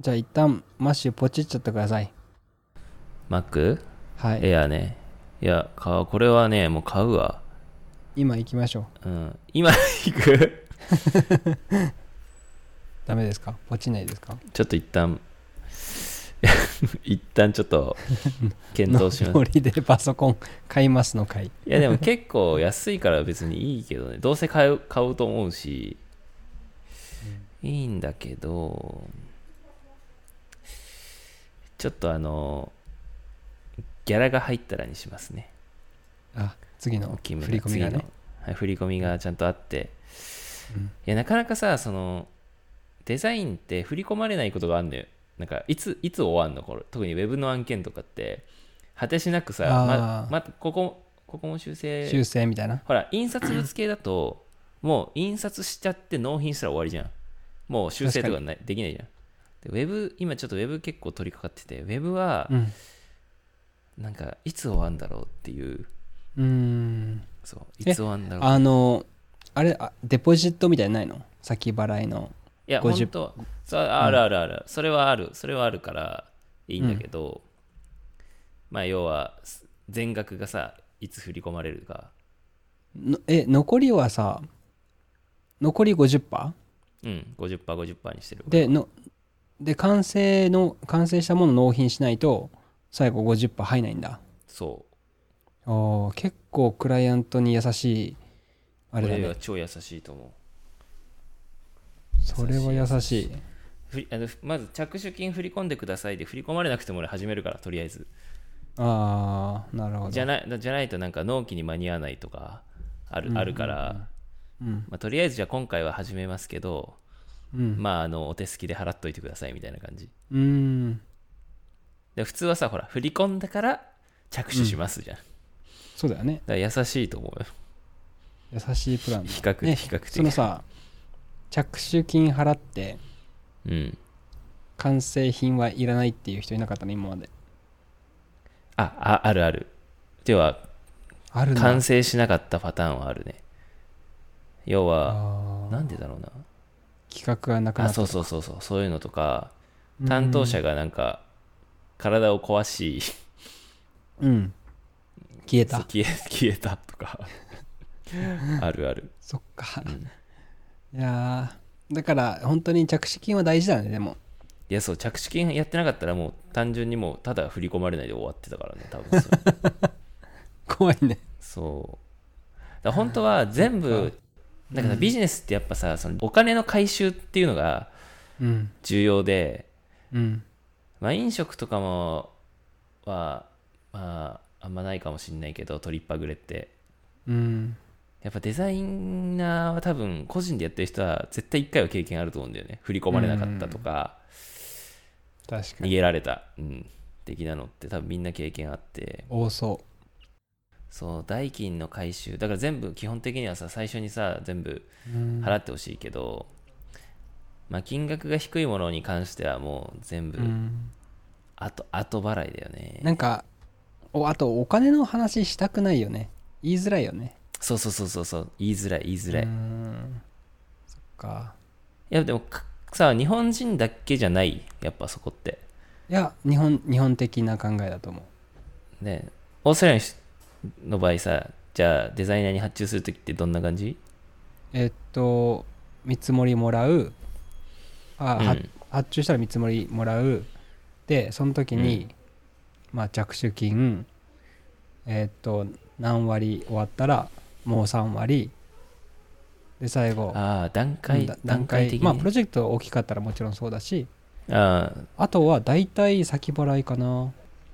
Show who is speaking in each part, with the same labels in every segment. Speaker 1: じゃあ一旦マッシュポチっちゃってください
Speaker 2: マック
Speaker 1: はい、
Speaker 2: エアね。いや、買うこれはね、もう買うわ。
Speaker 1: 今行きましょう
Speaker 2: うん。今行く
Speaker 1: ダメですかポチないですか
Speaker 2: ちょっと一旦、 一旦ちょっと検討し ま
Speaker 1: ノ
Speaker 2: す。
Speaker 1: リでパソコン買いますの回
Speaker 2: いや、でも結構安いから別にいいけどね。どうせ買う買うと思うし、いいんだけど、ちょっとあの、ギャラが入ったらにしますね。
Speaker 1: あ次の
Speaker 2: 大き
Speaker 1: 振
Speaker 2: めの
Speaker 1: り込みが
Speaker 2: 次
Speaker 1: ね
Speaker 2: のはい、振り込みがちゃんとあって、
Speaker 1: うん
Speaker 2: いやなかなかさそのデザインって振り込まれないことがあるのよなんかいついつ終わんのこれ特にウェブの案件とかって果てしなくさ
Speaker 1: あー
Speaker 2: ままここここも修正
Speaker 1: 修正みたいな
Speaker 2: ほら印刷物系だともう印刷しちゃって納品したら終わりじゃんもう修正とかないできないじゃんでウェブ今ちょっとウェブ結構取り掛かっててウェブは
Speaker 1: うん
Speaker 2: なんかいつ終わんだろうっていう
Speaker 1: うーん
Speaker 2: そうい
Speaker 1: え
Speaker 2: つ終わんだろう
Speaker 1: あのあれあデポジットみたいなのないの先払いの
Speaker 2: い
Speaker 1: 50
Speaker 2: や、本当そうあるあるある、それはある、それはあるからいいんだけど、まあ、要は、す全額がさ、いつ振り込まれるか、
Speaker 1: のえ残りはさ残り 50%?
Speaker 2: うん、50%、50%にしてる。
Speaker 1: でので完成の完成したもの納品しないと最後50%入んないんだ
Speaker 2: そう、
Speaker 1: あー結構クライアントに優しいあ
Speaker 2: こ
Speaker 1: れだ
Speaker 2: れ
Speaker 1: ね
Speaker 2: は超優しいと思う。
Speaker 1: それは優しい
Speaker 2: ふりあのふまず、着手金振り込んでくださいで、振り込まれなくても俺始めるから、とりあえず。
Speaker 1: ああなるほ
Speaker 2: じ
Speaker 1: ど
Speaker 2: ゃないじゃないと、なんか納期に間に合わないとか、ある,、あるから、
Speaker 1: うん
Speaker 2: まあ、とりあえず、じゃあ今回は始めますけど、
Speaker 1: うん
Speaker 2: まあ、あのお手すきで払っといてくださいみたいな感じ。
Speaker 1: うーん
Speaker 2: で普通はさほら振り込んだから着手しますじゃん、だ
Speaker 1: そうだよね
Speaker 2: から優しいと思うよ
Speaker 1: 優しいプランだ
Speaker 2: 比較的、
Speaker 1: ね
Speaker 2: 比較的
Speaker 1: そのさ着手金払って
Speaker 2: うん
Speaker 1: 完成品はいらないっていう人いなかったね今まで
Speaker 2: あああるあるでは
Speaker 1: あるな
Speaker 2: 完成しなかったパターンはあるね要は
Speaker 1: あー
Speaker 2: なんでだろうな
Speaker 1: 企画がなくな
Speaker 2: あ
Speaker 1: った
Speaker 2: そうそうそうそうそういうのとか
Speaker 1: うん
Speaker 2: 担当者がなんか体を壊し
Speaker 1: うん消えた
Speaker 2: 消え消えた とかあるある
Speaker 1: そっか、 いやーだから本当に着手金は大事だねでも
Speaker 2: いやそう着手金やってなかったらもう単純にもうただ振り込まれないで終わってたからね多分それ
Speaker 1: 怖いね
Speaker 2: そう。だから本当は全部、なんかさビジネスってやっぱさ、そのお金の回収っていうのが
Speaker 1: うん
Speaker 2: 重要で、
Speaker 1: うん
Speaker 2: まあ飲食とかも、は、まあ、あんまないかもしんないけど、取りっぱぐれって。
Speaker 1: うん
Speaker 2: やっぱデザイナーは多分個人でやってる人は絶対1回は経験あると思うんだよね。振り込まれなかったとか、
Speaker 1: 確か
Speaker 2: 逃
Speaker 1: に
Speaker 2: げられた、うん、的なのって多分みんな経験あって。
Speaker 1: 多そ
Speaker 2: そう、代金の回収。だから全部基本的にはさ、最初にさ、全部
Speaker 1: ううん
Speaker 2: 払ってほしいけど、まあ、金額が低いものに関してはもう全部
Speaker 1: うん
Speaker 2: 後,、後払いだよね
Speaker 1: なんかおあとお金の話したくないよね言いづらいよね
Speaker 2: そうそうそうそうそう言いづらい言いづらい、
Speaker 1: う
Speaker 2: い
Speaker 1: んそっか
Speaker 2: やでもかさ日本人だけじゃないやっぱそこって
Speaker 1: いや日本日本的な考えだと思う
Speaker 2: ねオーストラリアの人の場合さじゃあデザイナーに発注するときってどんな感じ
Speaker 1: えっと見積もりもらうあ、は
Speaker 2: うん
Speaker 1: 発注したら見積もりもらうでその時に、まあ、着手金えっと何割終わったらもう3割で最後
Speaker 2: ああ段
Speaker 1: う
Speaker 2: 階
Speaker 1: んだ
Speaker 2: 段階的に、
Speaker 1: まあプロジェクト大きかったらもちろんそうだし
Speaker 2: ああ
Speaker 1: あとは大体先払いかな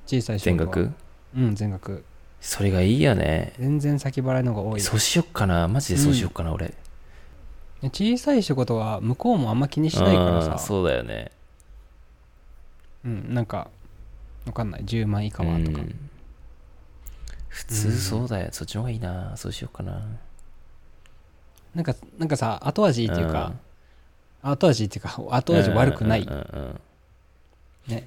Speaker 1: 小さい商
Speaker 2: 全
Speaker 1: 品は
Speaker 2: 額
Speaker 1: うん全額
Speaker 2: それがいいよね
Speaker 1: 全然先払いの方が多い
Speaker 2: そうしよっかなマジでそうしよっかな、俺
Speaker 1: ね小さい仕事は向こうもあんま気にしないから
Speaker 2: あー
Speaker 1: さ
Speaker 2: そうだよね
Speaker 1: うん、なんか、わかんない、10万以下はとか。
Speaker 2: うん普通そうだよ、そっちの方がいいなそうしようかな
Speaker 1: なんか、なんかさ、後味いいっていうか、後味いいっていうか、後味悪くない
Speaker 2: うん。うんうん
Speaker 1: ね。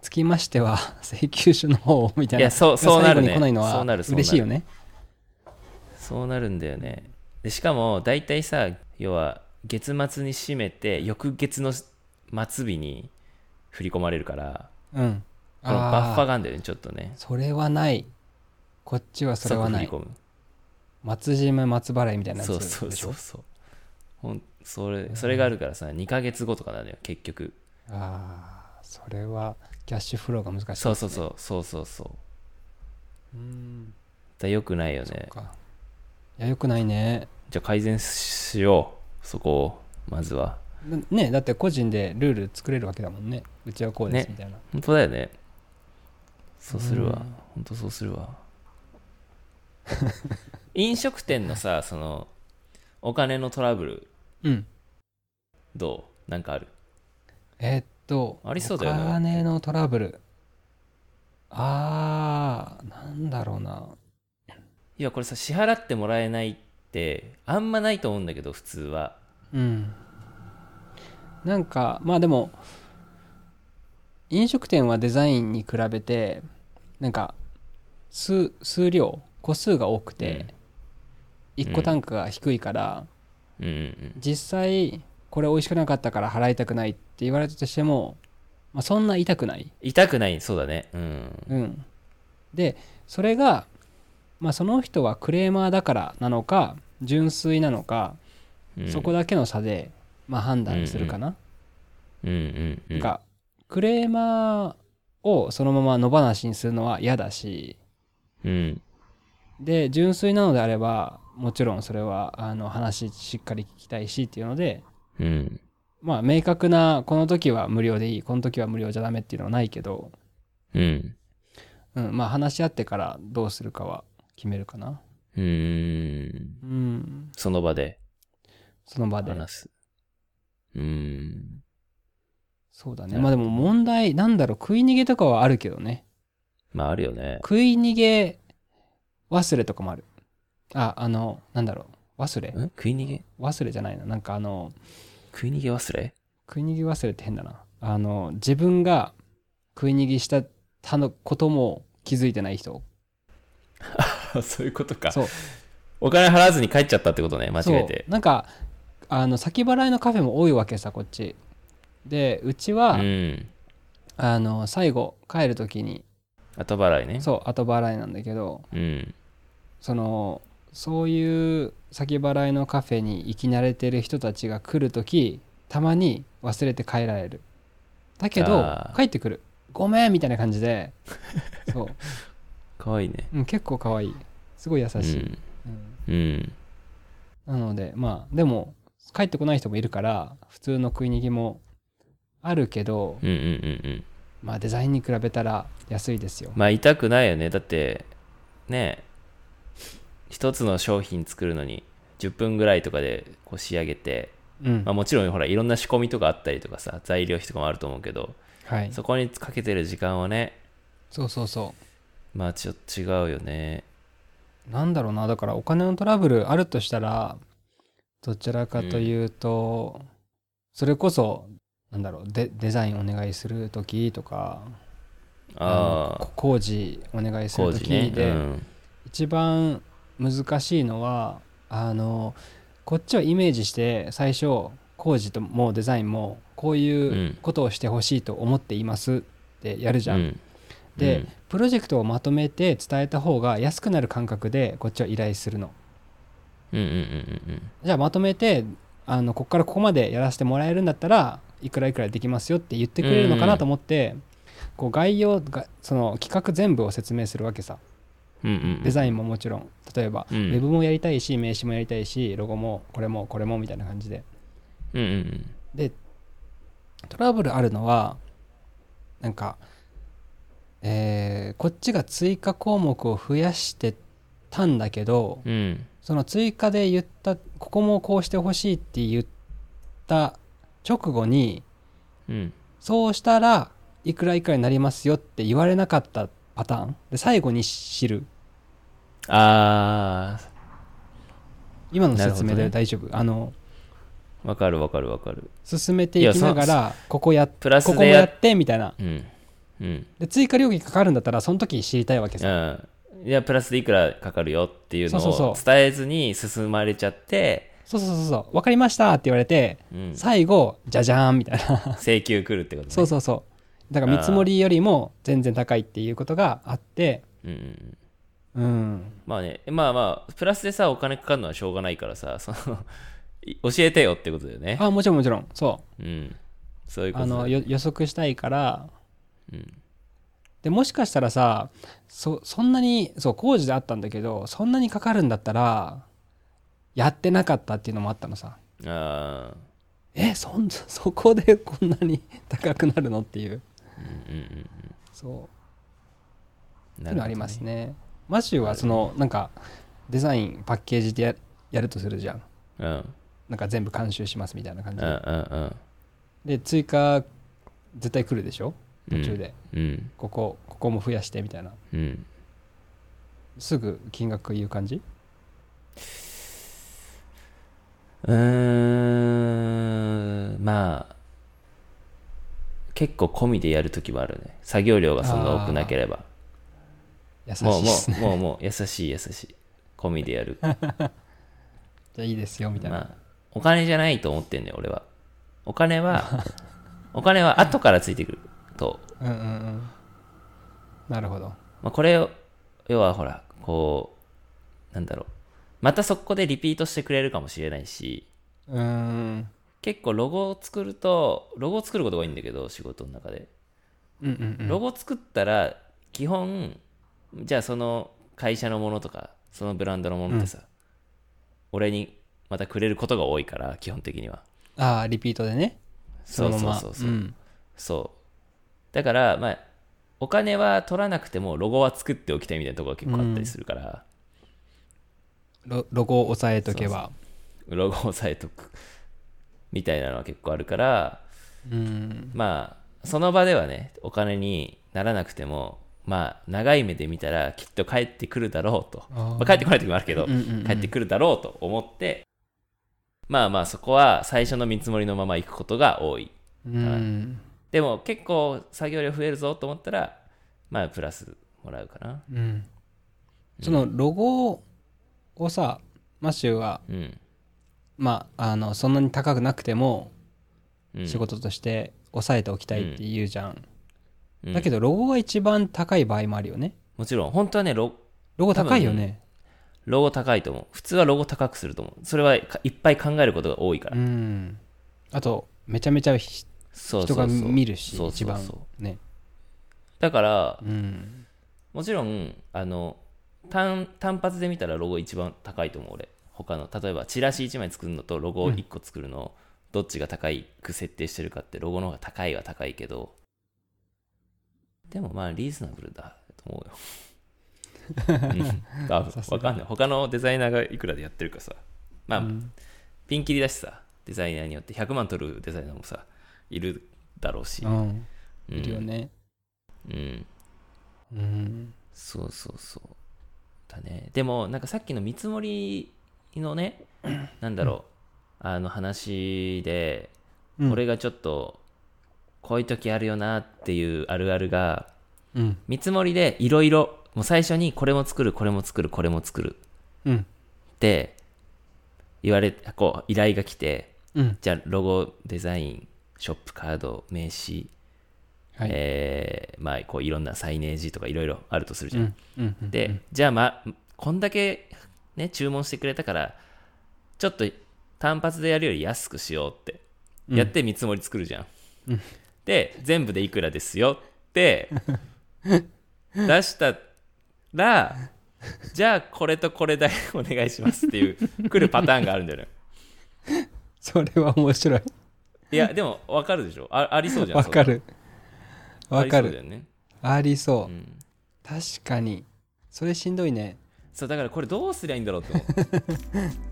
Speaker 1: つきましては、 請求書の方をみたいな。
Speaker 2: いやそうそうなるね
Speaker 1: 最後に来ないの
Speaker 2: そうな
Speaker 1: は
Speaker 2: るそうなる
Speaker 1: 嬉しいよね。
Speaker 2: そうなるんだよねでしかも大体さ要は月末に締めて翌月の末日に振り込まれるから
Speaker 1: うん
Speaker 2: このバッファ
Speaker 1: あー
Speaker 2: があるんだよねちょっとね
Speaker 1: それはないこっちはそれはない
Speaker 2: 即振り込む
Speaker 1: 松島松払いみたいなやつで
Speaker 2: そう
Speaker 1: しょ
Speaker 2: そうそうそうほんそれそれがあるからさ2ヶ月後とかなのよ結局
Speaker 1: ああそれはキャッシュフローが難しい
Speaker 2: そうそうそうそうそうそう
Speaker 1: ううん
Speaker 2: だよくないよ
Speaker 1: そっ
Speaker 2: ね
Speaker 1: かいやよくないね
Speaker 2: じゃあ改善しようそこをまずは
Speaker 1: だねだって個人でルール作れるわけだもんねうちはこうですみたいな、
Speaker 2: 本当だよねそうする
Speaker 1: うん
Speaker 2: わ本当そうするわ 飲食店のさそのお金のトラブル
Speaker 1: うん
Speaker 2: どうなんかある
Speaker 1: えーっと
Speaker 2: ありそうだよね
Speaker 1: お金のトラブルあーなんだろうない
Speaker 2: やこれさ支払ってもらえないってあんまないと思うんだけど普通は
Speaker 1: うんなんかまあでも飲食店はデザインに比べてなんか数数量個数が多くて、一1個単価が低いから、
Speaker 2: うんうんうん
Speaker 1: 実際これ美味しくなかったから払いたくないって言われたとしても、まあ、そんな痛くない
Speaker 2: 痛くないそうだねうん
Speaker 1: うん、でそれが、まあ、その人はクレーマーだからなのか純粋なのか、
Speaker 2: うん
Speaker 1: そこだけの差で、まあ、判断するかな。
Speaker 2: うんうんうん
Speaker 1: なんかクレーマーをそのまま野放しにするのは嫌だし
Speaker 2: うん
Speaker 1: で純粋なのであればもちろんそれはあの話しっかり聞きたいしっていうので。
Speaker 2: うん
Speaker 1: まあ明確なこの時は無料でいいこの時は無料じゃダメっていうのはないけど、
Speaker 2: うん
Speaker 1: うん、まあ話し合ってからどうするかは決めるかな
Speaker 2: うん
Speaker 1: うん
Speaker 2: その場で
Speaker 1: その場で
Speaker 2: 話すうん
Speaker 1: そうだ
Speaker 2: な
Speaker 1: ね。
Speaker 2: る
Speaker 1: まあでも問題、なんだろう、食い逃げとかはあるけどね。
Speaker 2: まああるよね
Speaker 1: 食い逃げ忘れとかもある。あ、あの、なんだろう、忘れ
Speaker 2: ん食い逃げ
Speaker 1: 忘れじゃないな。なんかあの、
Speaker 2: 食い逃げ忘れ
Speaker 1: 食い逃げ忘れって変だな。あの、自分が食い逃げした他のことも気づいてない人。
Speaker 2: そういうことか
Speaker 1: そう。
Speaker 2: お金払わずに帰っちゃったってことね間違えて
Speaker 1: そうなんか、あの、先払いのカフェも多いわけさ、こっち。で、うち
Speaker 2: う
Speaker 1: は、
Speaker 2: ん
Speaker 1: あの、最後、帰るときに、
Speaker 2: 後払いね
Speaker 1: そう、後払いなんだけど、
Speaker 2: うん
Speaker 1: そのそういう先払いのカフェに行き慣れてる人たちが来る時たまに忘れて帰られるだけど
Speaker 2: あー
Speaker 1: 帰ってくるごめんみたいな感じで そ
Speaker 2: かわいいね
Speaker 1: う、うん、結構可愛いすごい優しい、
Speaker 2: うん
Speaker 1: うん
Speaker 2: うん
Speaker 1: なのでまあでも帰ってこない人もいるから普通の食い逃げもあるけど
Speaker 2: うんうんうんうん
Speaker 1: まあデザインに比べたら安いですよ
Speaker 2: まあ痛くないよねだってねえ一つの商品作るのに10分ぐらいとかでこう仕上げて、
Speaker 1: うん
Speaker 2: まあ、もちろんほらいろんな仕込みとかあったりとかさ材料費とかもあると思うけど
Speaker 1: はい
Speaker 2: そこにかけてる時間はね
Speaker 1: そうそうそ
Speaker 2: まあちょっと違うよね
Speaker 1: うなんだろうなだからお金のトラブルあるとしたらどちらかというと、それこそ、なんだろうデ、デザインお願いするときとか、
Speaker 2: あ
Speaker 1: の
Speaker 2: あ
Speaker 1: こ工事お願いす
Speaker 2: 工
Speaker 1: るとき
Speaker 2: 事
Speaker 1: で、
Speaker 2: ね、うん、
Speaker 1: 一番難しいのは、あの、こっちはイメージして、最初、工事ともデザインも、こういううんことをしてほしいと思っていますってやるじゃん。
Speaker 2: うん
Speaker 1: で、
Speaker 2: うん
Speaker 1: プロジェクトをまとめて伝えた方が安くなる感覚で、こっちは依頼するの。
Speaker 2: うんうんうんうんうん
Speaker 1: じゃあまとめてあのここからここまでやらせてもらえるんだったらいくらいくらできますよって言ってくれるのかなと思って、こう概要がその企画全部を説明するわけさ
Speaker 2: うんうんうん
Speaker 1: デザインももちろん例えば、
Speaker 2: うん
Speaker 1: ウェブもやりたいし名刺もやりたいしロゴもこれもこれもみたいな感じで
Speaker 2: うんうん
Speaker 1: でトラブルあるのはなんか、えーこっちが追加項目を増やしてたんだけど、
Speaker 2: うんうん
Speaker 1: その追加で言ったここもこうしてほしいって言った直後に
Speaker 2: うん
Speaker 1: そうしたらいくらいくらになりますよって言われなかったパターンで最後に知る
Speaker 2: あ
Speaker 1: 今の
Speaker 2: なるほ
Speaker 1: 説
Speaker 2: どね
Speaker 1: 明で大丈夫、あの
Speaker 2: あわかるわかるわかる
Speaker 1: 進めていきなが
Speaker 2: い
Speaker 1: らここやっ
Speaker 2: プラス
Speaker 1: ここも
Speaker 2: でや
Speaker 1: や
Speaker 2: っ
Speaker 1: ってみたいな
Speaker 2: うんうん
Speaker 1: で追加料金かかるんだったらその時に知りたいわけさ、
Speaker 2: うんいやプラスでいくらかかるよっていうの
Speaker 1: そうそう
Speaker 2: を
Speaker 1: そう
Speaker 2: 伝えずに進まれちゃって
Speaker 1: そうそうそうそう分かりましたって言われて
Speaker 2: うん
Speaker 1: 最後じゃじゃーんみたいな
Speaker 2: 請求来るってことね
Speaker 1: そうそうそうだから見積もりよりも全然高いっていうことがあって
Speaker 2: うんうんうん
Speaker 1: うん
Speaker 2: まあねまあまあプラスでさお金かかるのはしょうがないからさそのい教えてよってことだよね
Speaker 1: あもちろんもちろんそ
Speaker 2: うんそういう
Speaker 1: う
Speaker 2: こと
Speaker 1: あ
Speaker 2: だ
Speaker 1: のよ予測したいから
Speaker 2: うん
Speaker 1: でもしかしたらさそそんなにそう工事であったんだけどそんなにかかるんだったらやってなかったっていうのもあったのさ
Speaker 2: あ
Speaker 1: えそんそこでこんなに高くなるのっていう
Speaker 2: あうんうんうん
Speaker 1: そう
Speaker 2: うん
Speaker 1: ってう
Speaker 2: ないるほど
Speaker 1: のありますねマシューはそのなんかデザインパッケージでややるとするじゃん
Speaker 2: うんうん
Speaker 1: なんか全部監修しますみたいな感じ
Speaker 2: うんうん
Speaker 1: で追加絶対来るでしょ
Speaker 2: うん
Speaker 1: 途中で、
Speaker 2: うん
Speaker 1: ここここも増やしてみたいな
Speaker 2: うん
Speaker 1: すぐ金額言う感じ
Speaker 2: うーんまあ結構込みでやるときはあるね作業量がそんな多くなければ
Speaker 1: 優しい
Speaker 2: もう
Speaker 1: で
Speaker 2: も
Speaker 1: す
Speaker 2: う
Speaker 1: ね
Speaker 2: もうもう優しい優しい込みでやる
Speaker 1: じゃあいいですよみたいな、
Speaker 2: まあお金じゃないと思ってんね俺はお金はお金は後からついてくると、
Speaker 1: うんうんうんなるほど
Speaker 2: まあ、これを要はほらこうなんだろうまたそこでリピートしてくれるかもしれないし
Speaker 1: うーん
Speaker 2: 結構ロゴを作るとロゴを作ることが多いんだけど仕事の中で
Speaker 1: うんうんうん
Speaker 2: ロゴ作ったら基本じゃあその会社のものとかそのブランドのものってさ、俺にまたくれることが多いから基本的には
Speaker 1: ああリピートでねそ
Speaker 2: そ
Speaker 1: うの
Speaker 2: そ
Speaker 1: ま
Speaker 2: う
Speaker 1: ま
Speaker 2: そうそう、
Speaker 1: ん
Speaker 2: そうだからまあお金は取らなくてもロゴは作っておきたいみたいなところが結構あったりするから、
Speaker 1: ロロゴを押さえとけば
Speaker 2: ロゴを押さえとくみたいなのは結構あるから
Speaker 1: うん
Speaker 2: まあその場ではねお金にならなくてもまあ長い目で見たらきっと帰ってくるだろうと
Speaker 1: あー
Speaker 2: まあ、帰ってこない時もあるけど、
Speaker 1: うんうんうん
Speaker 2: 帰ってくるだろうと思ってまあまあそこは最初の見積もりのまま行くことが多い
Speaker 1: うん
Speaker 2: でも結構作業量増えるぞと思ったらまあプラスもらうかな
Speaker 1: うんそのロゴをさマッシューは
Speaker 2: うん、
Speaker 1: まああのそんなに高くなくても
Speaker 2: うん、
Speaker 1: 仕事として抑えておきたいって言うじゃん、
Speaker 2: うん
Speaker 1: だけどロゴが一番高い場合もあるよね
Speaker 2: もちろん本当はねロ
Speaker 1: ロゴ高いよね
Speaker 2: ロゴ高いと思う普通はロゴ高くすると思うそれはいっぱい考えることが多いから、
Speaker 1: うんあとめちゃめちゃひ
Speaker 2: そう
Speaker 1: 人
Speaker 2: そうそ
Speaker 1: が
Speaker 2: う
Speaker 1: 見るし
Speaker 2: そうそうそう
Speaker 1: 一番ね
Speaker 2: だから
Speaker 1: うん
Speaker 2: もちろんあの単単発で見たらロゴ一番高いと思う俺他の例えばチラシ1枚作るのとロゴを1個作るの、どっちが高く設定してるかってロゴの方が高いは高いけどでもまあリーズナブルだと 思うようん多分
Speaker 1: さすが
Speaker 2: わかんない他のデザイナーがいくらでやってるかさ まあ、
Speaker 1: うん
Speaker 2: ピンキリだしさデザイナーによって100万取るデザイナーもさいるだろうし、
Speaker 1: うん
Speaker 2: うん
Speaker 1: いるよね
Speaker 2: うん
Speaker 1: うん
Speaker 2: そうそうそうだねでもなんかさっきの見積もり のねなんだろうあの話で、
Speaker 1: うん
Speaker 2: 俺がちょっとこういう時あるよなっていうあるあるが
Speaker 1: うん
Speaker 2: 見積もりでいろいろもう最初にこれも作るこれも作るこれも作る
Speaker 1: うん
Speaker 2: って言われこう依頼が来て
Speaker 1: うん
Speaker 2: じゃあロゴデザインショップカード名刺、
Speaker 1: はい、
Speaker 2: えーまあこういろんなサイネージとかいろいろあるとするじ
Speaker 1: う
Speaker 2: ゃん
Speaker 1: んうんうん
Speaker 2: で、じゃあ、ま、こんだけね、注文してくれたから、ちょっと単発でやるより安くしようって、
Speaker 1: うん
Speaker 2: やって見積もり作るじゃん。
Speaker 1: うん
Speaker 2: で、全部でいくらですよ って、出したら、じゃあこれとこれだけお願いしますっていう、来るパターンがあるんだよね。
Speaker 1: それは面白い
Speaker 2: いや、でも分かるでしょあありそうじゃん。
Speaker 1: わかる
Speaker 2: それ。
Speaker 1: わか
Speaker 2: あり
Speaker 1: る
Speaker 2: そうだよね。
Speaker 1: ありそう
Speaker 2: う、ん
Speaker 1: 確かにそれしんどいね
Speaker 2: そうだからこれどうすりゃいいんだろうって思う